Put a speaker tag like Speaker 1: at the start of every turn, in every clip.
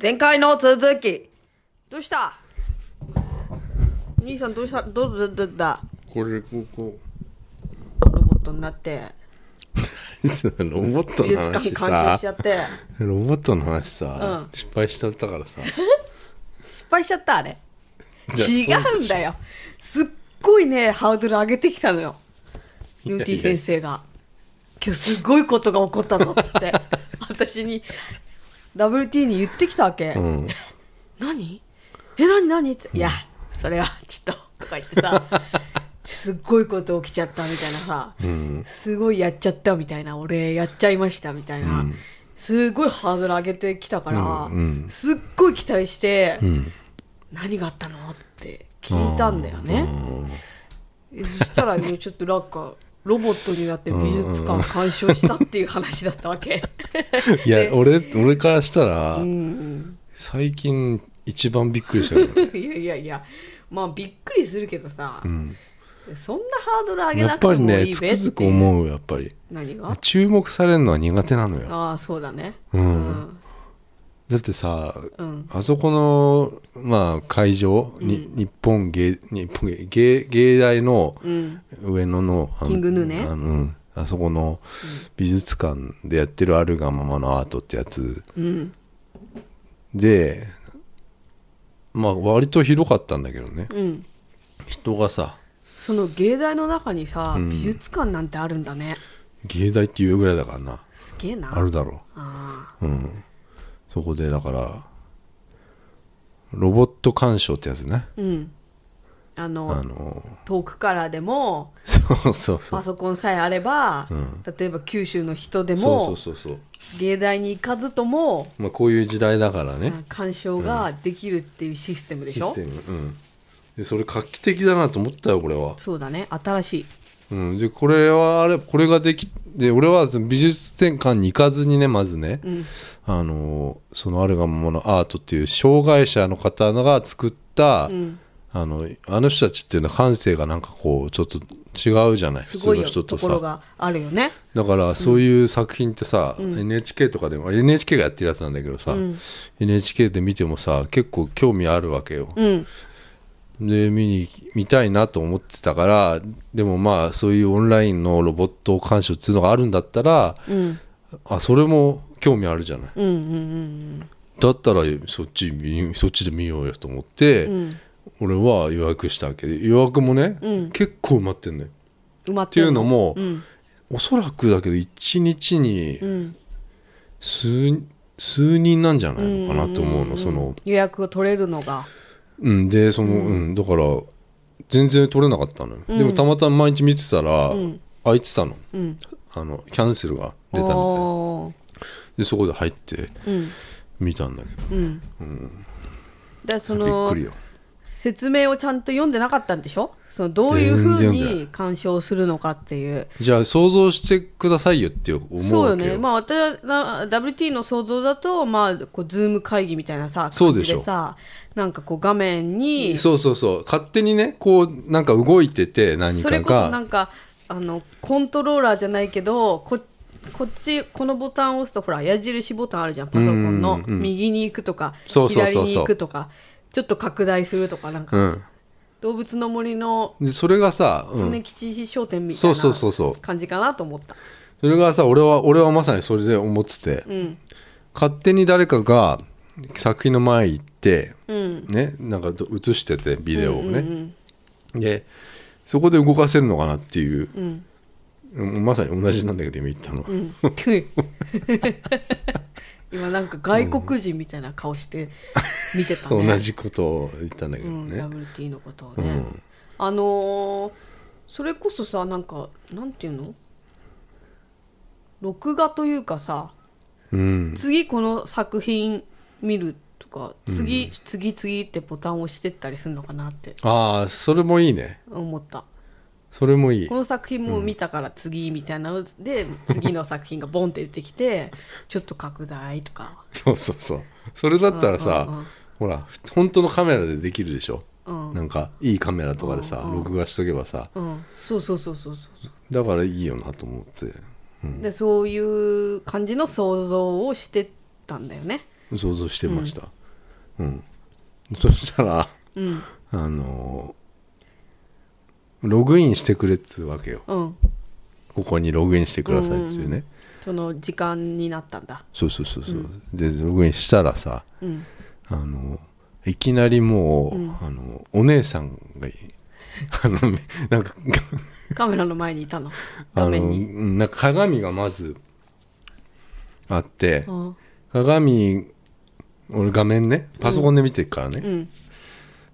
Speaker 1: 前回の続きどうした兄さんどうしたどうだだだ
Speaker 2: これここ
Speaker 1: ロボットになって
Speaker 2: ロボット
Speaker 1: 美
Speaker 2: の
Speaker 1: 術館監修
Speaker 2: 話
Speaker 1: しちゃ
Speaker 2: さ
Speaker 1: って
Speaker 2: ロボットの話
Speaker 1: う
Speaker 2: さ、
Speaker 1: ん
Speaker 2: 失敗しちゃった からさ
Speaker 1: 失敗しちゃったあれ違
Speaker 2: じゃあそう
Speaker 1: うんだよすっごいねハードル上げてきたのよ
Speaker 2: い
Speaker 1: ル
Speaker 2: や
Speaker 1: ー
Speaker 2: いや
Speaker 1: ティー先生が今日すごいことが起こったぞっつって私に WT に言ってきたわけ、
Speaker 2: うん
Speaker 1: 何え何何って「いやそれはちょっと」とか言って さすっごいこと起きちゃったみたいなさ、
Speaker 2: ん
Speaker 1: すごいやっちゃったみたいな俺やっちゃいましたみたいな、すごいハードル上げてきたから、
Speaker 2: うんうん
Speaker 1: すっごい期待して、
Speaker 2: うん
Speaker 1: 何があったのって聞いたんだよね、そしたらねちょっとなんかロボットになって美術館鑑賞したっていう話だったわけ
Speaker 2: い
Speaker 1: で
Speaker 2: や俺俺からしたら、
Speaker 1: うん
Speaker 2: 最近一番びっく りしたの
Speaker 1: うんいやいやいやまあびっくりするけどさ、
Speaker 2: うん
Speaker 1: そんなハードル上げ
Speaker 2: や
Speaker 1: な
Speaker 2: っ
Speaker 1: く
Speaker 2: ぱ
Speaker 1: て
Speaker 2: り
Speaker 1: もいいべ
Speaker 2: ね
Speaker 1: っていう
Speaker 2: つくづく思うやっぱり
Speaker 1: 何が
Speaker 2: 注目されるのは苦手なのよ
Speaker 1: ああそうだね
Speaker 2: うん
Speaker 1: うん
Speaker 2: だってさ、
Speaker 1: うん
Speaker 2: あそこの、まあ、会場、に日本芸日本芸芸芸大の
Speaker 1: うん
Speaker 2: 上野のあの
Speaker 1: キングヌーね
Speaker 2: あのうんあそこの美術館でやってるあるがままのアートってやつ
Speaker 1: うん
Speaker 2: でまあ割と広かったんだけどね
Speaker 1: うん
Speaker 2: 人がさ
Speaker 1: その芸大の中にさ、
Speaker 2: うん
Speaker 1: 美術館なんてあるんだね
Speaker 2: 芸大っていうぐらいだからな
Speaker 1: すげえな
Speaker 2: あるだろ
Speaker 1: あ
Speaker 2: ううんそこでだからロボット鑑賞ってやつね
Speaker 1: ーうんあの
Speaker 2: あの
Speaker 1: 遠くからでも
Speaker 2: そうそうそ
Speaker 1: パ
Speaker 2: う
Speaker 1: ソコンさえあれば、
Speaker 2: うん
Speaker 1: 例えば九州の人でも
Speaker 2: そうそうそうそう
Speaker 1: 芸大に行かずとも
Speaker 2: まあ、こういう時代だからね
Speaker 1: あ鑑賞ができるっていうシステムで
Speaker 2: シ
Speaker 1: しょ
Speaker 2: ステムうんでそれ画期的だなと思ったよこれは
Speaker 1: そうだね新しい
Speaker 2: うん、でこれはあれこれができで俺はその美術展館に行かずにねまずね、
Speaker 1: うん
Speaker 2: あのーそのあるがままのアートっていう障害者の方が作った、
Speaker 1: うん
Speaker 2: あのあの人たちっていうのは感性がなんかこうちょっと違うじゃない
Speaker 1: す
Speaker 2: 普
Speaker 1: ご
Speaker 2: 通
Speaker 1: い
Speaker 2: の
Speaker 1: よ
Speaker 2: 人
Speaker 1: と
Speaker 2: と
Speaker 1: ころ
Speaker 2: さ
Speaker 1: があるよね
Speaker 2: だからそういう作品ってさ、NHK とかでもあ NHK がやってるやつなんだけどさ、
Speaker 1: うん
Speaker 2: NHK で見てもさ結構興味あるわけよ、
Speaker 1: うん
Speaker 2: で見に見たいなと思ってたからでもまあそういうオンラインのロボット鑑賞っていうのがあるんだったら
Speaker 1: うん
Speaker 2: あそれも興味あるじゃない
Speaker 1: うんうんうん
Speaker 2: だったらそっち見そっちで見ようよと思って、
Speaker 1: うんうん
Speaker 2: 俺は予約したわけで予約もね、
Speaker 1: うん
Speaker 2: 結構埋まってんのよ
Speaker 1: 埋まっ
Speaker 2: って
Speaker 1: ん
Speaker 2: いうのも、
Speaker 1: うん
Speaker 2: おそらくだけど1日に
Speaker 1: うん
Speaker 2: 数,、数人なんじゃないのかなと思うの、その
Speaker 1: 予約を取れるのが
Speaker 2: うん、でその、うんだから全然取れなかったのよ、
Speaker 1: うん
Speaker 2: でもたまたま毎日見てたら、
Speaker 1: ん
Speaker 2: 空いてたの
Speaker 1: うん
Speaker 2: あのキャンセルが出たみたいな
Speaker 1: おー
Speaker 2: でそこで入って
Speaker 1: うん
Speaker 2: 見たんだけど
Speaker 1: うんだからそ
Speaker 2: びっ
Speaker 1: の
Speaker 2: くりよ
Speaker 1: 説明をちゃんと読んでなかったんでしょそのどういうふう
Speaker 2: 全然読んで
Speaker 1: に鑑賞するのかっていう
Speaker 2: じゃあ想像してくださいよって思うわけよ
Speaker 1: そうよねまあ私はな WT の想像だとまあこうズーム会議みたいなさ
Speaker 2: そう
Speaker 1: 感
Speaker 2: で
Speaker 1: じ
Speaker 2: しょ
Speaker 1: でさなんかこう画面に
Speaker 2: そうそうそう勝手にねこうなんか動いてて何
Speaker 1: そ
Speaker 2: か
Speaker 1: れこそな
Speaker 2: が
Speaker 1: んかあのコントローラーじゃないけどここっちこのボタンを押すとほら矢印ボタンあるじゃんパソコン
Speaker 2: う
Speaker 1: の
Speaker 2: んうんうん
Speaker 1: 右に行くとか
Speaker 2: そうそうそうそう
Speaker 1: 左に行くとかちょっと拡大するとかなんか、動物の森の
Speaker 2: うんでそれがさ、う
Speaker 1: 常
Speaker 2: ん、
Speaker 1: 吉商店みたい
Speaker 2: そうそうそう
Speaker 1: な
Speaker 2: そう
Speaker 1: 感じかなと思った
Speaker 2: それがさ俺は俺はまさにそれで思ってて、
Speaker 1: うん
Speaker 2: 勝手に誰かが作品の前行って
Speaker 1: うん
Speaker 2: ねなんかど映しててビデオをね、
Speaker 1: うん
Speaker 2: でそこで動かせるのかなっていう、
Speaker 1: うん
Speaker 2: うんまさに同じなんだけど今言ったのは、
Speaker 1: うん 今なんか外国人みたいな顔して見てたね、
Speaker 2: 同じことを言ったんだけど
Speaker 1: うん、
Speaker 2: ね、
Speaker 1: WT のことをね、
Speaker 2: うん
Speaker 1: あのーそれこそさなんかなんていうの録画というかさ
Speaker 2: うん
Speaker 1: 次この作品見るとか次、次次ってボタンを押してったりするのかなって
Speaker 2: ああそれもいいね
Speaker 1: 思った
Speaker 2: それもいい
Speaker 1: この作品も見たから次みたいなので、次の作品がボンって出てきてちょっと拡大とか
Speaker 2: そうそうそうそれだったらさ、
Speaker 1: うんうんうん
Speaker 2: ほら本当のカメラでできるでしょ、
Speaker 1: うん
Speaker 2: なんかいいカメラとかでさ、
Speaker 1: うんうん
Speaker 2: 録画しとけばさ
Speaker 1: うんそうそうそうそうそう
Speaker 2: だからいいよなと思って
Speaker 1: でそういう感じの想像をしてたんだよね、
Speaker 2: 想像してました、うんそしたら
Speaker 1: うん
Speaker 2: あのログインしてくれっつうわけよ
Speaker 1: うん
Speaker 2: ここにログインしてくださいっつうね、
Speaker 1: うんうんその時間になったんだ
Speaker 2: そうそうそうそう、でログインしたらさ
Speaker 1: うん
Speaker 2: あのいきなりもう、
Speaker 1: うん
Speaker 2: あのお姉さんがい あのなんか
Speaker 1: カメラの前にい たの
Speaker 2: あ
Speaker 1: 画
Speaker 2: の
Speaker 1: 面
Speaker 2: う
Speaker 1: に
Speaker 2: んなんか鏡がまずあって
Speaker 1: うん
Speaker 2: 鏡俺画面ねパソコンで見てるからね、
Speaker 1: うん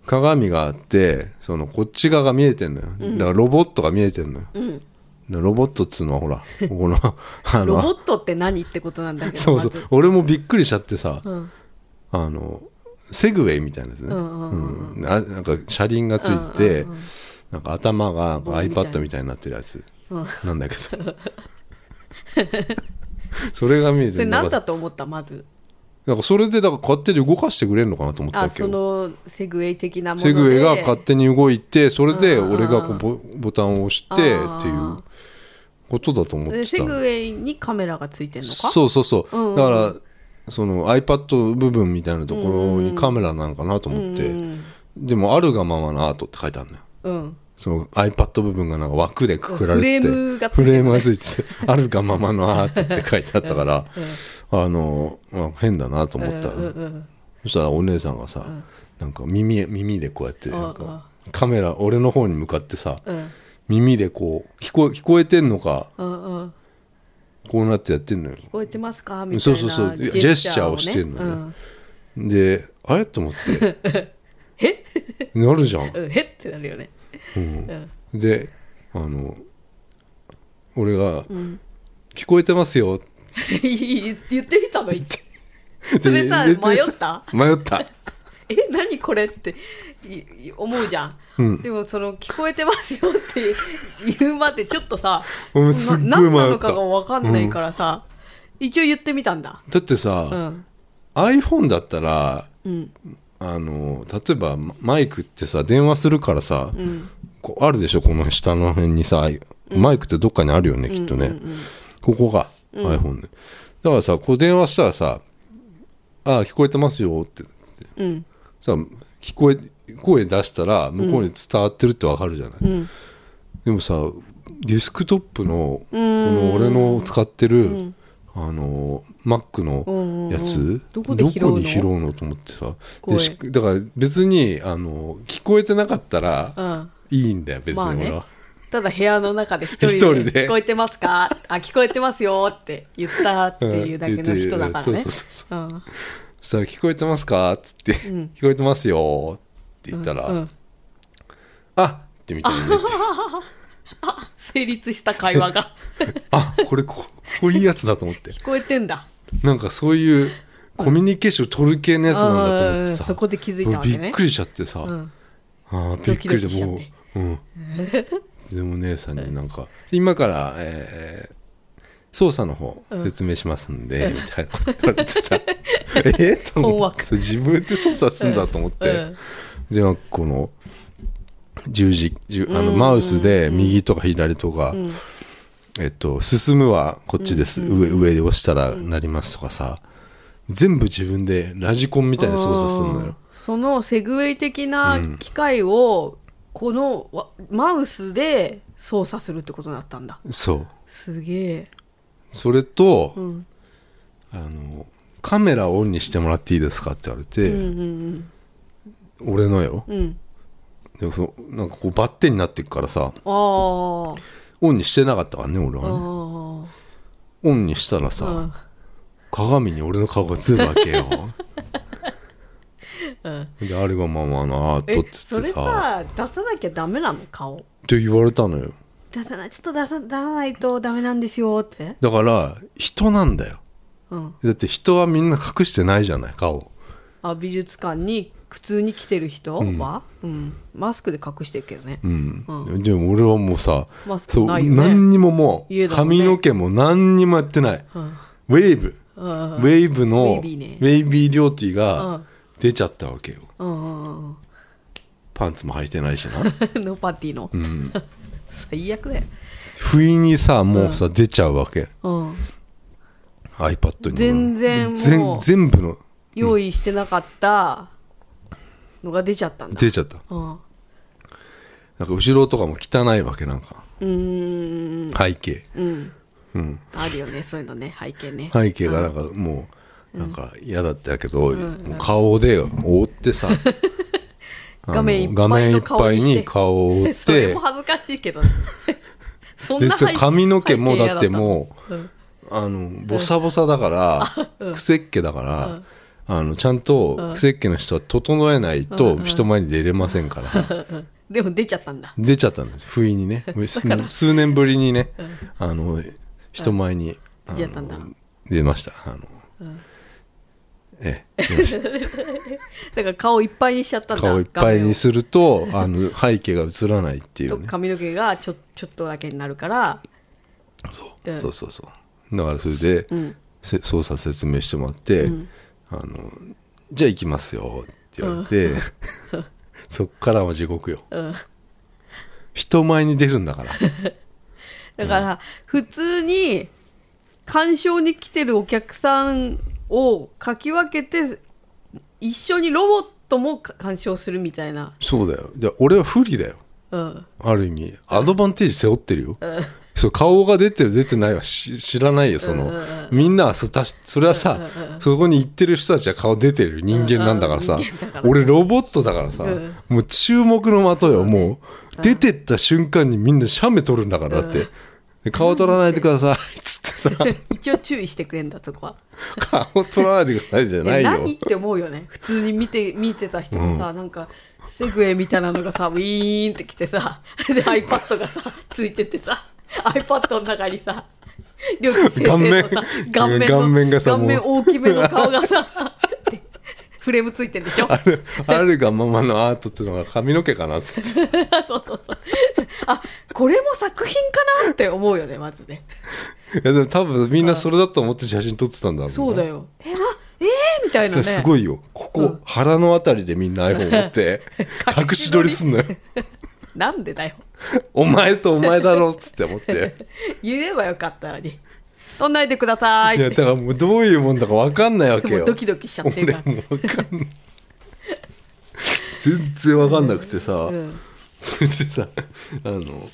Speaker 2: 鏡があってそのこっち側が見えてんのよ、だからロボットが見えてんのよだか
Speaker 1: うん
Speaker 2: らロボットっつうのはほらここの あ
Speaker 1: ロボ
Speaker 2: の
Speaker 1: ットって何ってことなんだけど
Speaker 2: そうそう
Speaker 1: まず
Speaker 2: 俺もびっくりしちゃってさ、
Speaker 1: うん
Speaker 2: あのセグウェイみたいなやつね、
Speaker 1: うんうんうん
Speaker 2: うんあなんか車輪がついてて、
Speaker 1: うんうんうん
Speaker 2: なんか頭がなんか
Speaker 1: 棒みたいな
Speaker 2: iPad みたいになってるやつ
Speaker 1: うん
Speaker 2: なんだけど それが見えて
Speaker 1: それ
Speaker 2: な
Speaker 1: 何
Speaker 2: んか
Speaker 1: だと思ったまず
Speaker 2: なんかそれでだから勝手に動かしてくれるのかなと思った
Speaker 1: あ
Speaker 2: わけ
Speaker 1: そ
Speaker 2: ど
Speaker 1: のセグウェイ的なもので
Speaker 2: セグウェイが勝手に動いてそれで
Speaker 1: うんうんうん
Speaker 2: 俺がこうボボタンを押してっていうことだと思っ
Speaker 1: で
Speaker 2: て
Speaker 1: セ
Speaker 2: た
Speaker 1: グウェイにカメラがついてるのか
Speaker 2: そうそうそう、
Speaker 1: うんうん
Speaker 2: だからその iPad 部分みたいなところにカメラなんかなと思って、
Speaker 1: うん
Speaker 2: でもあるがままのアートって書いてあるのよ
Speaker 1: うん
Speaker 2: その iPad 部分がなんか枠でくくられてて
Speaker 1: フレームがついて
Speaker 2: フ
Speaker 1: る
Speaker 2: レームがついててあるがままのアートって書いてあったからあの、まあ、変だなと
Speaker 1: うん
Speaker 2: 思った、
Speaker 1: うんうん
Speaker 2: そしたらお姉さんがさ、
Speaker 1: ん
Speaker 2: なんか耳耳でこうやってなん
Speaker 1: うんうん
Speaker 2: かカメラ俺の方に向かってさ
Speaker 1: うん
Speaker 2: 耳でこう聞こ聞こえてんのか
Speaker 1: うんうん
Speaker 2: こうなってやってんのよ
Speaker 1: 聞こえてますかみた
Speaker 2: そ
Speaker 1: いうな
Speaker 2: そうそう
Speaker 1: ジ
Speaker 2: ジェ
Speaker 1: ェ
Speaker 2: ス
Speaker 1: ス
Speaker 2: チ
Speaker 1: チ
Speaker 2: ャ
Speaker 1: ャ
Speaker 2: ー
Speaker 1: ー
Speaker 2: を
Speaker 1: を
Speaker 2: し
Speaker 1: してて
Speaker 2: ん
Speaker 1: ん
Speaker 2: の
Speaker 1: の
Speaker 2: ねであれと思って えなるじゃん
Speaker 1: うんへってなるよね
Speaker 2: うんであの俺が「聞こえてますよ」
Speaker 1: いい言ってみたの言って
Speaker 2: って
Speaker 1: それさ
Speaker 2: 別に迷った
Speaker 1: え何これっていい思うじゃん、
Speaker 2: うん
Speaker 1: でもその聞こえてますよって言うまでちょっとさ
Speaker 2: うんすっごい迷った
Speaker 1: 何なのかが分かんないからさ、一応言ってみたんだ
Speaker 2: だっ て
Speaker 1: う
Speaker 2: さ、
Speaker 1: ん
Speaker 2: iPhone だったら
Speaker 1: うん
Speaker 2: あの例えばママイクってさ電話するからさ、
Speaker 1: うん
Speaker 2: こうあるでしょこの下の辺にさマイクってどっかにあるよね、きっとね、ここが、iPhone でだからさこう電話したらさ「ああ聞こえてますよ」って
Speaker 1: うん
Speaker 2: さ聞こえ声出したら向こうに伝わってるってわかるじゃない、
Speaker 1: うん
Speaker 2: でもさデスクトップのこ
Speaker 1: ん
Speaker 2: の俺の使ってる、
Speaker 1: ん
Speaker 2: あの Mac のやつ、
Speaker 1: うんうんうんどこで拾うの
Speaker 2: に拾うのと思ってさ
Speaker 1: 声
Speaker 2: でしだから別にあの聞こえてなかったら
Speaker 1: うん
Speaker 2: いいんだよ別に
Speaker 1: まあ
Speaker 2: 俺
Speaker 1: ね
Speaker 2: は、
Speaker 1: ただ部屋の中で一人
Speaker 2: 一人で
Speaker 1: で「聞こえてますか?」「あ聞こえてますよ」って言ったっていうだけの人だから
Speaker 2: うん
Speaker 1: ね
Speaker 2: 言ってるそうそうそう
Speaker 1: うん
Speaker 2: そしたら「聞こえてますか?」っつって「
Speaker 1: うん
Speaker 2: 聞こえてますよ」って言ったら「
Speaker 1: うん
Speaker 2: あっ!」って見てみて
Speaker 1: 成立した会話が
Speaker 2: あこれここういうやつだと思って
Speaker 1: 聞こえてんだ
Speaker 2: なんかそういうコミュニケーション取る系のやつなんだと思って
Speaker 1: あ
Speaker 2: さ
Speaker 1: ーそこで気づいたわけね
Speaker 2: びっくりしちゃってさ、
Speaker 1: うん
Speaker 2: あーび
Speaker 1: ド
Speaker 2: っ
Speaker 1: キ
Speaker 2: く
Speaker 1: ドキ
Speaker 2: りで
Speaker 1: しちゃっ
Speaker 2: も
Speaker 1: て
Speaker 2: う、うん、でも姉さんになんか今から、えー操作の方説明しますんで、みたいなこと言われ てさえっと
Speaker 1: 困
Speaker 2: 思って
Speaker 1: 惑
Speaker 2: 自分で操作するんだと思って、
Speaker 1: うん
Speaker 2: でなんかこの十字十あの
Speaker 1: うん
Speaker 2: マウスで右とか左とか、えっと、進むはこっちです、上上で押したらなりますとかさ全部自分でラジコンみたいな操作するの
Speaker 1: う
Speaker 2: よ
Speaker 1: ん。そのセグウェイ的な機械を、このわマウスで操作するってことだったんだ
Speaker 2: そう
Speaker 1: すげえ、
Speaker 2: それと、
Speaker 1: ん
Speaker 2: あのカメラをオンにしてもらっていいですかって言われて、
Speaker 1: うんうん
Speaker 2: 俺のよ
Speaker 1: うんうん
Speaker 2: でもそのなんかこうバッテンになってくから
Speaker 1: あ
Speaker 2: さ
Speaker 1: ー
Speaker 2: オンにしてなかったからね俺
Speaker 1: あ
Speaker 2: はね
Speaker 1: ー
Speaker 2: オンにしたらさ、
Speaker 1: うん
Speaker 2: 鏡に俺の顔が映るわけ よであれがままなアー
Speaker 1: え
Speaker 2: トっつ
Speaker 1: そ
Speaker 2: って
Speaker 1: れ
Speaker 2: さ
Speaker 1: さ出さなきゃダメなの顔
Speaker 2: って言われたのよ
Speaker 1: 出さないちょっと出さ出さないとダメなんですよって
Speaker 2: だから人なんだよ
Speaker 1: うん
Speaker 2: だって人はみんな隠してないじゃない顔
Speaker 1: あ美術館に普通に来てる人は、うんマスクで隠してるけどね、
Speaker 2: うん、でも俺はもうさ
Speaker 1: マスク
Speaker 2: そう
Speaker 1: ないよね
Speaker 2: 何にももう、
Speaker 1: 家だもんね
Speaker 2: 髪の毛も何にもやってない、
Speaker 1: うん
Speaker 2: ウェーブ、
Speaker 1: うん
Speaker 2: ウェーブの
Speaker 1: ウェイビーね
Speaker 2: ウェイビーリョーティー
Speaker 1: う
Speaker 2: が
Speaker 1: ん
Speaker 2: 出ちゃったわけよ
Speaker 1: うんうん うん
Speaker 2: パンツも履いてないしな
Speaker 1: ノーパティの、 最悪だよ、
Speaker 2: 不意にさもうさ、出ちゃうわけ
Speaker 1: うん、
Speaker 2: iPad にも
Speaker 1: 全然もう
Speaker 2: 全全部の
Speaker 1: 用意してなかったのが出ちゃったんだ、
Speaker 2: 出ちゃった
Speaker 1: うん、う
Speaker 2: なんか後ろとかも汚いわけなんか
Speaker 1: ーん
Speaker 2: 背景
Speaker 1: うん
Speaker 2: うん
Speaker 1: あるよねそういうのね背景ね
Speaker 2: 背景がなんかもうなんか嫌だったけど、もう顔で覆ってさあの
Speaker 1: 画面いっぱいの
Speaker 2: 画面いっぱいに顔を覆っ
Speaker 1: それ
Speaker 2: て
Speaker 1: も恥ずかしいけどねそん
Speaker 2: で
Speaker 1: な背
Speaker 2: そう髪の毛も
Speaker 1: 背景
Speaker 2: だって
Speaker 1: 嫌
Speaker 2: もう
Speaker 1: うん
Speaker 2: あのボサボサだ から、くせっ毛だから、あのちゃんとくせっ毛の人は整えないと人前に出れませんから、
Speaker 1: でも出ちゃったんだ
Speaker 2: 出ちゃったんです不意に ね数数年ぶりにね、あの人前に、あの
Speaker 1: 出ちゃったんだ
Speaker 2: 出ましたあの、ええ出ました
Speaker 1: だから顔いっぱいにしちゃったんだ
Speaker 2: 顔いっぱいにするとあの背景が映らないってい
Speaker 1: 画
Speaker 2: う
Speaker 1: 面を
Speaker 2: ね
Speaker 1: と髪の毛がちょちょっとだけになるから
Speaker 2: そう,、
Speaker 1: うん
Speaker 2: そうそうそうだからそれで、
Speaker 1: ん
Speaker 2: せ操作説明してもらって、あのじゃあ行きますよって言われて、 そっからは地獄よ
Speaker 1: うん
Speaker 2: 人前に出るんだから
Speaker 1: だから普通に鑑賞に来てるお客さんをかき分けて一緒にロボットも鑑賞するみたいな、
Speaker 2: そうだよじゃあ俺は不利だよ
Speaker 1: うん、
Speaker 2: ある意味アドバンテージ背負ってるよ、そう顔が出てる出てないはし知らないよその、
Speaker 1: うんうん
Speaker 2: みんなはそたしそれはさ、そこに行ってる人たちは顔出てる人間なんだからさ、
Speaker 1: うんうん人間だから
Speaker 2: 俺ロボットだからさ、
Speaker 1: うん
Speaker 2: もう注目の的よ、もう出てった瞬間にみんな写メ撮るんだからだって、で顔撮らないでくださいっつってさ
Speaker 1: 一応注意してくれんだそこは
Speaker 2: 顔撮らないでくださいじゃない
Speaker 1: え
Speaker 2: よ
Speaker 1: 何って思うよね普通に見て見てた人もさ、なんかセグウェイみたいなのがさウィーンってきてさ で iPad がさついててさ iPad の中に さ両親先生のさ
Speaker 2: 顔面
Speaker 1: の
Speaker 2: 顔面がさ
Speaker 1: 顔面
Speaker 2: も
Speaker 1: 大きめの顔がさ でフレームついてるでしょ
Speaker 2: あるあるがままのアートっていうのが髪の毛かなって
Speaker 1: そうそうそうあこれも作品かなって思うよねまずね
Speaker 2: いやでも多分みんなそれだと思って写真撮ってたんだろうね
Speaker 1: そうだよえなえー、みたいな
Speaker 2: それ
Speaker 1: ね
Speaker 2: すごいよここ、腹のあたりでみんな iPhone 持って 隠
Speaker 1: 隠
Speaker 2: し
Speaker 1: し
Speaker 2: 撮
Speaker 1: 撮
Speaker 2: り
Speaker 1: り
Speaker 2: すんのよ
Speaker 1: なんでだよ
Speaker 2: お前とお前だろっつって思って
Speaker 1: 言えばよかったのに撮んないでくださいっ
Speaker 2: い
Speaker 1: て
Speaker 2: やだからもうどういうもんだか分かんないわけ
Speaker 1: も
Speaker 2: よ
Speaker 1: うドキドキしちゃって
Speaker 2: 俺
Speaker 1: るか
Speaker 2: もう分かんない全然分かんなくてさ、
Speaker 1: ら、うん、
Speaker 2: それでさあの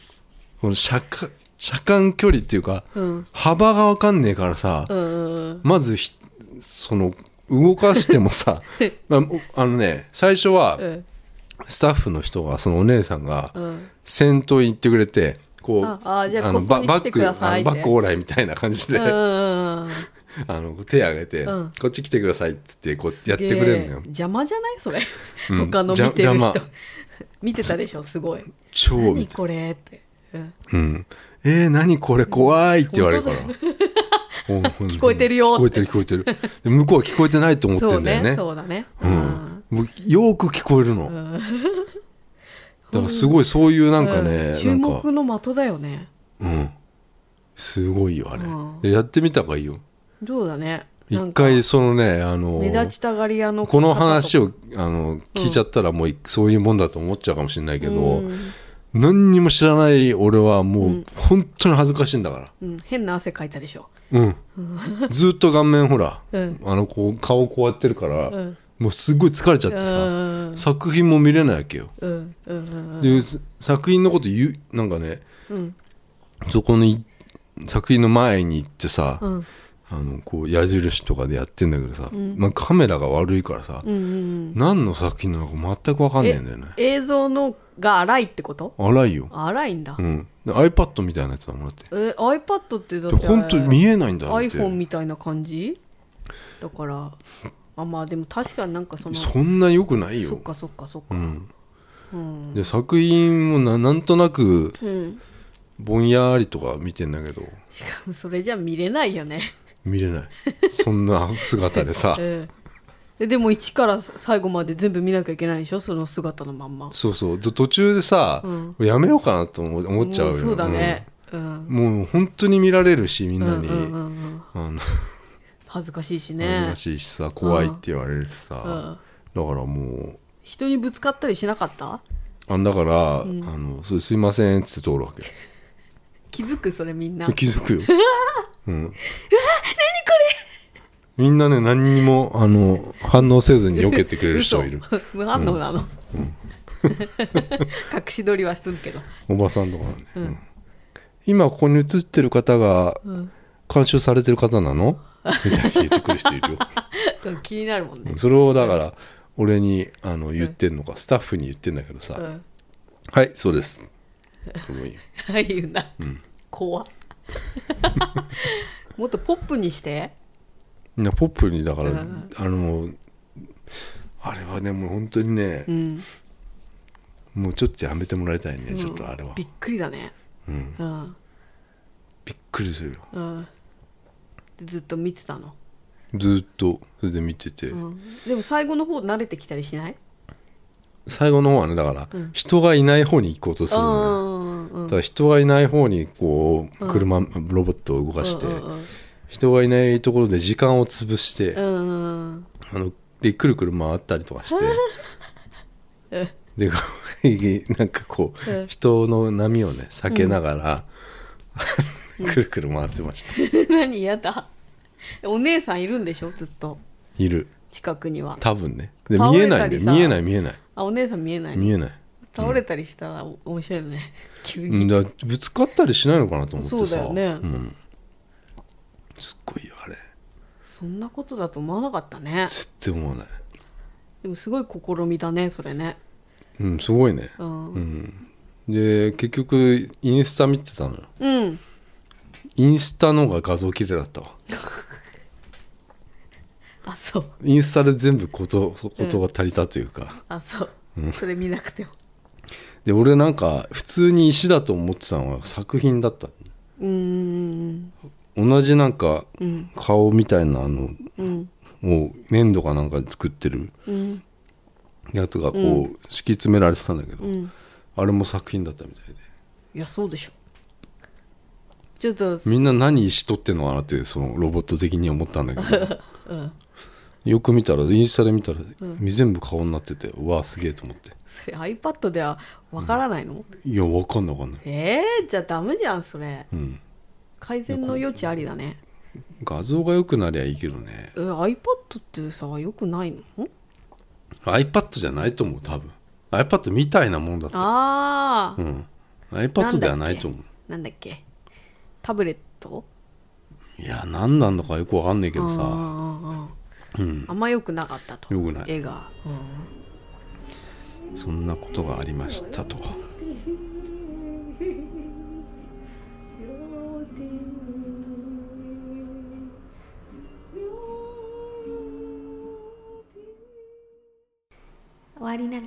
Speaker 2: この車間車間距離っていうか、
Speaker 1: うん
Speaker 2: 幅が分かんねえからさ、
Speaker 1: うんうんうん
Speaker 2: まずひその動かして もさまああのね最初は、
Speaker 1: うん
Speaker 2: スタッフの人がそのお姉さんが
Speaker 1: うん
Speaker 2: 先頭に行ってくれてこう
Speaker 1: ああじゃあ
Speaker 2: の
Speaker 1: こ
Speaker 2: バ
Speaker 1: こに
Speaker 2: バ
Speaker 1: 来て
Speaker 2: ッ
Speaker 1: く
Speaker 2: ク
Speaker 1: だ
Speaker 2: あ
Speaker 1: さい
Speaker 2: の
Speaker 1: って
Speaker 2: バックオーライみたいな感じで、
Speaker 1: うんうんうん
Speaker 2: あの手挙げて、
Speaker 1: うん
Speaker 2: こっち来てくださいって言ってこうやってくれるのよ
Speaker 1: すげえ邪魔じゃないそれ、
Speaker 2: うん
Speaker 1: 他の見
Speaker 2: じゃ
Speaker 1: てる
Speaker 2: 邪
Speaker 1: 人
Speaker 2: 魔
Speaker 1: 見てたでしょすごい
Speaker 2: 超
Speaker 1: 何
Speaker 2: みたい
Speaker 1: これって、うん
Speaker 2: うんえー、何これ怖いって言われるから聞
Speaker 1: 聞こえてるよ
Speaker 2: 聞こえてる聞こえてるで向こうは聞こえてないと思ってんだよね
Speaker 1: そうねそうだね
Speaker 2: う、ん、もうよく聞こえるの、だからすごいそういうなんかね、
Speaker 1: うん
Speaker 2: な
Speaker 1: 注
Speaker 2: んか
Speaker 1: 目の的だよね
Speaker 2: うん。すごいよ、あれ
Speaker 1: うん。
Speaker 2: でやってみた方がいいよ。
Speaker 1: そうだねなん
Speaker 2: 一
Speaker 1: か
Speaker 2: 回、そのね、あの、
Speaker 1: 目立ちたがり屋の
Speaker 2: この話
Speaker 1: を
Speaker 2: をあの聞いちゃったらもういそういうもんだと思っちゃうかもしれないけど、
Speaker 1: うん
Speaker 2: 何にも知らない俺はもう本当に恥ずかしいんだか
Speaker 1: うん、変な汗かいたでしょ
Speaker 2: ら、うん、ずっと顔面ほら、
Speaker 1: うん
Speaker 2: あのこう顔こうやってるから、
Speaker 1: うん
Speaker 2: もうすごい疲れちゃっ
Speaker 1: う
Speaker 2: て
Speaker 1: ん
Speaker 2: さ、
Speaker 1: うん
Speaker 2: 作品も見れないわけよ、
Speaker 1: うんうん
Speaker 2: で作品のこと言うなんかね
Speaker 1: うん
Speaker 2: そこに作品の前に行ってさ、
Speaker 1: うん
Speaker 2: あのこう矢印とかでやってんだけどさ、まあ、カメラが悪いからさ、
Speaker 1: うんうん
Speaker 2: 何の作品なのか全く分かんないんだよね
Speaker 1: 映像のが荒いってこと
Speaker 2: 荒いよ、
Speaker 1: 荒いんだ、
Speaker 2: うん、で iPad みたいなやつだもらって
Speaker 1: え iPad ってだっ
Speaker 2: で
Speaker 1: て
Speaker 2: 本当に見えないんだよって
Speaker 1: iPhone みたいな感じだからあまあでも確かになんかその
Speaker 2: そんな良くない
Speaker 1: そっ
Speaker 2: よ、
Speaker 1: かそっかそっ
Speaker 2: う
Speaker 1: か
Speaker 2: ん、
Speaker 1: うん、
Speaker 2: で作品もななんとなく
Speaker 1: うん、
Speaker 2: ぼんやりとか見てんだけど
Speaker 1: しかもそれじゃ見れないよね、
Speaker 2: 見れない そんな姿でさ
Speaker 1: うん、ででも一から最後まで全部見なきゃいけないでしょその姿のまんま
Speaker 2: そうそうず途中でさ、
Speaker 1: うん
Speaker 2: やめようかなと思思っちゃうよ
Speaker 1: もそうだね、うん
Speaker 2: うんもう本当に見られるしみん
Speaker 1: うん
Speaker 2: な
Speaker 1: うん
Speaker 2: に、
Speaker 1: うんうん、
Speaker 2: あの
Speaker 1: 恥ずかしいし
Speaker 2: 恥ず
Speaker 1: ね
Speaker 2: かしいしさ怖いって言われるしさ、
Speaker 1: うん
Speaker 2: だからも
Speaker 1: 人にぶつかったりしなかった
Speaker 2: うあだから、あのそうすいませんっつって通るわけ
Speaker 1: 気づくそれみんな
Speaker 2: 気づくよ、うん、何これみんなね何にもあの反応せずに避けてくれる人いる
Speaker 1: 嘘無反応なの、 隠し撮りはするけど
Speaker 2: おばさんとかはね、うん今ここに写ってる方が監修されてる方なのみたいな聞いてくる人い るよ
Speaker 1: うん気になるもんね、
Speaker 2: それをだから俺にあの言ってんのか、スタッフに言ってんだけどさ「
Speaker 1: うん、
Speaker 2: はいそうです」でもいいよ
Speaker 1: はい言うな、怖 っもっとポップにして
Speaker 2: いやポップにだから、
Speaker 1: うん
Speaker 2: あのあれはねもう本当にね
Speaker 1: う、ん
Speaker 2: もうちょっとやめてもらいたいね、ちょっとあれは
Speaker 1: びっくりだね
Speaker 2: うん
Speaker 1: うん
Speaker 2: びっくりするよ
Speaker 1: うんでずっと見てたの、
Speaker 2: ずーっとそれで見てて、
Speaker 1: うん、でも最後の方慣れてきたりしない
Speaker 2: 最後の方はねだから、
Speaker 1: うん
Speaker 2: 人がいない方に行こうとするのよ、
Speaker 1: うんうんうん
Speaker 2: ただ人がいない方にこう
Speaker 1: うん
Speaker 2: 車、ロボットを動かして、
Speaker 1: うんうん
Speaker 2: 人がいないところで時間を潰して、
Speaker 1: うんうん
Speaker 2: あのでくるくる回ったりとかして
Speaker 1: うん
Speaker 2: でこうなんかこう、
Speaker 1: うん
Speaker 2: 人の波をね避けながら、 くるくる回ってまし た、
Speaker 1: 何やだお姉さんいるんでしょずっと
Speaker 2: いる
Speaker 1: 近くには
Speaker 2: 多分ねで
Speaker 1: 倒
Speaker 2: 見え
Speaker 1: れ
Speaker 2: な
Speaker 1: た
Speaker 2: いん
Speaker 1: り
Speaker 2: で
Speaker 1: さ
Speaker 2: 見えない見えない
Speaker 1: あお姉さん見えないの
Speaker 2: 見えない
Speaker 1: 倒れたりしたらお面白いよね急
Speaker 2: う
Speaker 1: に
Speaker 2: んだからぶつかったりしないのかなと思ってさ
Speaker 1: そうだよね
Speaker 2: ん、すっごいよあれ
Speaker 1: そんなことだと思わなかったね
Speaker 2: 絶対思わない
Speaker 1: でもすごい試みだねそれね
Speaker 2: うんすごいね
Speaker 1: うん
Speaker 2: う
Speaker 1: うん、
Speaker 2: んで結局インスタ見てたのよインスタの方が画像綺麗だったわ
Speaker 1: あそう
Speaker 2: インスタで全部ことことが足りたというか、
Speaker 1: あそう、それ見なくても
Speaker 2: で俺なんか普通に石だと思ってたのが作品だった
Speaker 1: うーん
Speaker 2: 同じなんか
Speaker 1: うん
Speaker 2: 顔みたいなあの
Speaker 1: うん
Speaker 2: もう粘土かなんかで作ってる
Speaker 1: うん
Speaker 2: やつがこう、敷き詰められてたんだけど、
Speaker 1: うん
Speaker 2: あれも作品だったみたいで
Speaker 1: いやそうでしょちょっと
Speaker 2: みんな何石取ってんのかなってそのロボット的に思ったんだけ ど、よく見たらインスタで見たら、全部顔になっててうわあすげえと思って
Speaker 1: それ iPad ではわからないの、
Speaker 2: いやわかんないわかんない、
Speaker 1: えー、じゃあダメじゃんそれ
Speaker 2: うん、
Speaker 1: 改善の余地ありだね
Speaker 2: 画像が良くなりゃいいけどね
Speaker 1: え iPad ってさよくないの
Speaker 2: iPad じゃないと思う多分 iPad みたいなもんだった
Speaker 1: ああ、
Speaker 2: うん、iPad ではないと思う
Speaker 1: なんだっけタブレット
Speaker 2: いや何なんだかよくわかんないけど
Speaker 1: あ
Speaker 2: さ、
Speaker 1: ーあーあーあんま良くなかったと
Speaker 2: 良くない
Speaker 1: 絵が、うん
Speaker 2: そんなことがありましたと
Speaker 3: 終わりなの